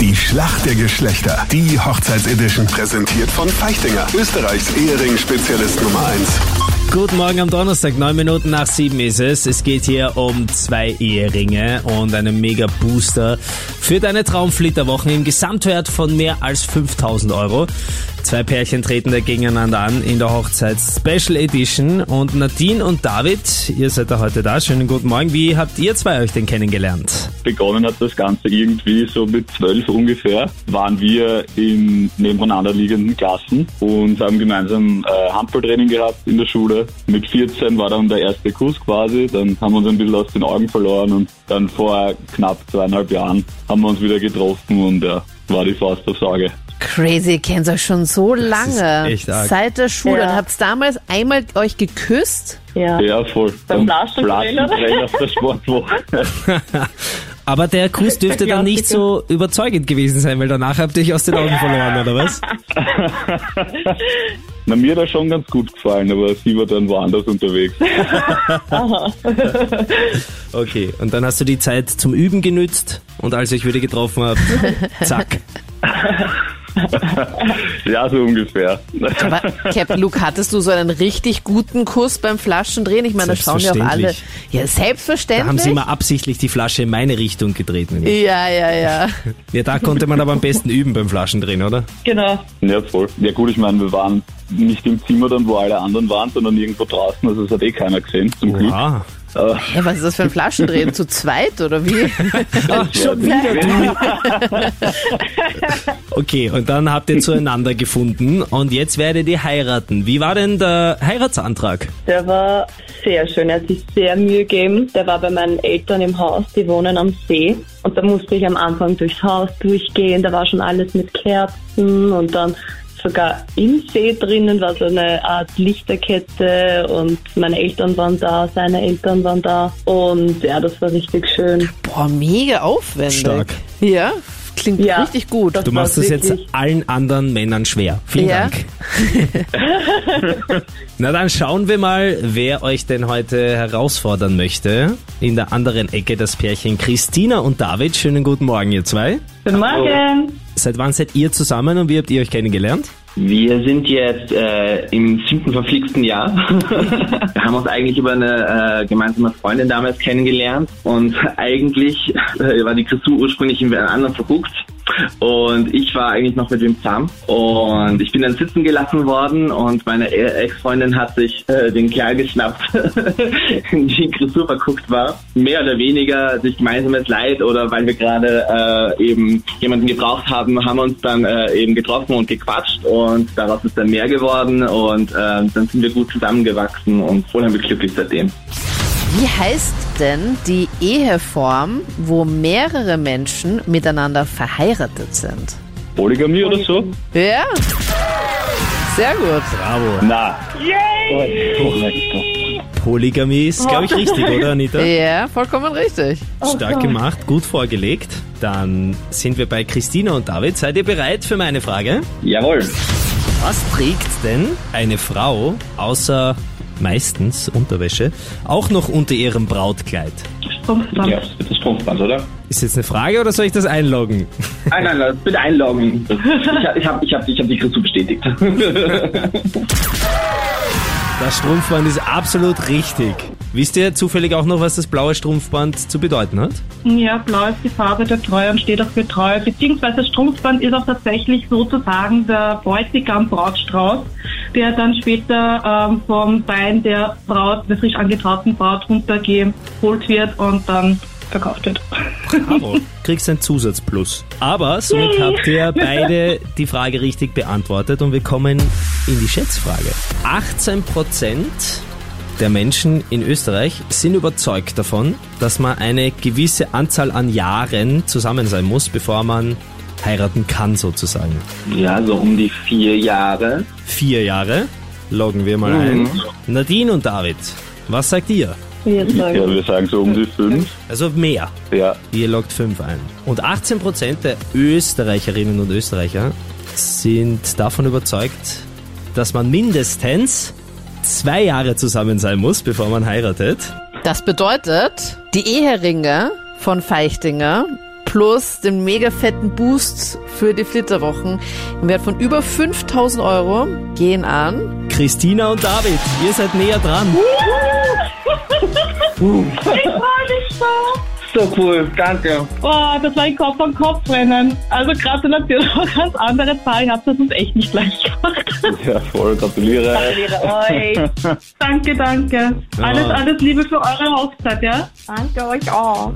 Die Schlacht der Geschlechter. Die Hochzeitsedition präsentiert von Feichtinger, Österreichs Ehering-Spezialist Nummer 1. Guten Morgen am Donnerstag, neun Minuten nach sieben ist es. Es geht hier um zwei Eheringe und einen Mega-Booster für deine Traumflitterwochen im Gesamtwert von mehr als 5000 Euro. Zwei Pärchen treten da gegeneinander an in der Hochzeits-Special Edition und Nadine und David, ihr seid da heute da. Schönen guten Morgen. Wie habt ihr zwei euch denn kennengelernt? Begonnen hat das Ganze irgendwie so mit zwölf ungefähr, waren wir in nebeneinander liegenden Klassen und haben gemeinsam äh, Handballtraining gehabt in der Schule. Mit 14 war dann der erste Kuss quasi, dann haben wir uns ein bisschen aus den Augen verloren und dann vor knapp zweieinhalb Jahren haben wir uns wieder getroffen und ja, war die Faust auf Sorge. Crazy, ihr kennt euch schon so lange. echt arg. Seit der Schule. Ja. Und habt's damals einmal euch geküsst? Ja. Ja, voll. Dann Beim Blasentrainer. Blasentrainer auf der Sportwoche. Aber der Kuss dürfte dann nicht so überzeugend gewesen sein, weil danach habt ihr euch aus den Augen verloren, oder was? Na, mir hat er schon ganz gut gefallen, aber sie war dann woanders unterwegs. Okay, und dann hast du die Zeit zum Üben genützt und als ich wieder getroffen habe, zack. Ja, so ungefähr. Aber Captain Luke, hattest du so einen richtig guten Kuss beim Flaschendrehen? Ich meine, da schauen ja auch alle. Ja, Da selbstverständlich. haben sie immer absichtlich die Flasche in meine Richtung getreten. ja, ja, ja. Ja, da konnte man aber am besten üben beim Flaschendrehen, oder? Genau. Ja, voll. Ja gut, ich meine, wir waren nicht im Zimmer dann, wo alle anderen waren, sondern irgendwo draußen, also das hat eh keiner gesehen, zum Glück. Oha. Ja, was ist das für ein Flaschendrehen? Zu zweit oder wie? Also, Schon wieder du. Okay, und dann habt ihr zueinander gefunden und jetzt werdet ihr heiraten. Wie war denn der Heiratsantrag? Der war sehr schön. Er hat sich sehr Mühe gegeben. Der war bei meinen Eltern im Haus. Die wohnen am See. Und da musste ich am Anfang durchs Haus durchgehen. Da war schon alles mit Kerzen und dann sogar im See drinnen war so eine Art Lichterkette und meine Eltern waren da, seine Eltern waren da und ja, das war richtig schön. Boah, mega aufwendig. Stark. Ja, klingt Ja. richtig gut. Das Du machst war es jetzt wirklich- allen anderen Männern schwer. Vielen Ja. Dank. Na dann schauen wir mal, wer euch denn heute herausfordern möchte. In der anderen Ecke das Pärchen Christina und David. Schönen guten Morgen, ihr zwei. Guten Morgen! Seit wann seid ihr zusammen und wie habt ihr euch kennengelernt? Wir sind jetzt äh, im siebten verflixten Jahr. Wir haben uns eigentlich über eine äh, gemeinsame Freundin damals kennengelernt und eigentlich äh, war die Christou ursprünglich in einen anderen verguckt. Und ich war eigentlich noch mit wem zusammen und ich bin dann sitzen gelassen worden und meine E- Ex-Freundin hat sich äh, den Kerl geschnappt, in die Christou verguckt war. Mehr oder weniger durch gemeinsames Leid oder weil wir gerade äh, eben jemanden gebraucht haben, haben wir uns dann äh, eben getroffen und gequatscht und daraus ist dann mehr geworden und äh, dann sind wir gut zusammengewachsen und unheimlich glücklich seitdem. Wie heißt denn die Eheform, wo mehrere Menschen miteinander verheiratet sind? Polygamie oder so? Ja. Sehr gut. Bravo. Na. Yay! Oh, mein Gott. Polygamie ist, glaube ich, richtig, oder Anita? Ja, vollkommen richtig. Stark gemacht, gut vorgelegt. Dann sind wir bei Christina und David. Seid ihr bereit für meine Frage? Jawohl. Was trägt denn eine Frau außer meistens Unterwäsche auch noch unter ihrem Brautkleid? Ja, das ist das Strumpfband, oder? Ist jetzt eine Frage oder soll ich das einloggen? Nein, nein, nein, bitte einloggen. Ich, ich habe ich hab, ich hab die Christou bestätigt. Das Strumpfband ist absolut richtig. Wisst ihr zufällig auch noch, was das blaue Strumpfband zu bedeuten hat? Ja, blau ist die Farbe der Treue und steht auch für Treue. Beziehungsweise das Strumpfband ist auch tatsächlich sozusagen der Bräutigam-Brautstrauß, der dann später ähm, vom Bein der Braut, der frisch angetrauten Braut runtergeholt wird und dann verkauft wird. Bravo. Kriegst ein Zusatzplus. Aber somit habt ihr beide die Frage richtig beantwortet und wir kommen in die Schätzfrage. 18% der Menschen in Österreich sind überzeugt davon, dass man eine gewisse Anzahl an Jahren zusammen sein muss, bevor man heiraten kann sozusagen. ja, so um die vier Jahre. Vier Jahre loggen wir mal ein. Nadine und David, was sagt ihr? Wir Ja, sagen, wir sagen so um die fünf. Also mehr. Ja, Ihr loggt 5 ein. Und 18% der Österreicherinnen und Österreicher sind davon überzeugt, dass man mindestens zwei Jahre zusammen sein muss, bevor man heiratet. Das bedeutet, die Eheringe von Feichtinger plus den mega fetten Boost für die Flitterwochen im Wert von über 5000 Euro gehen an. Christina und David, ihr seid näher dran. Ich freue mich so. So cool, danke. Boah, Oh, das war ein Kopf an Kopf rennen. Also Gratulation, war eine ganz andere Zahl. Ihr habt das uns echt nicht leicht gemacht. Ja, voll, gratuliere. danke, danke. Alles, alles Liebe für eure Hochzeit, ja? Danke euch auch.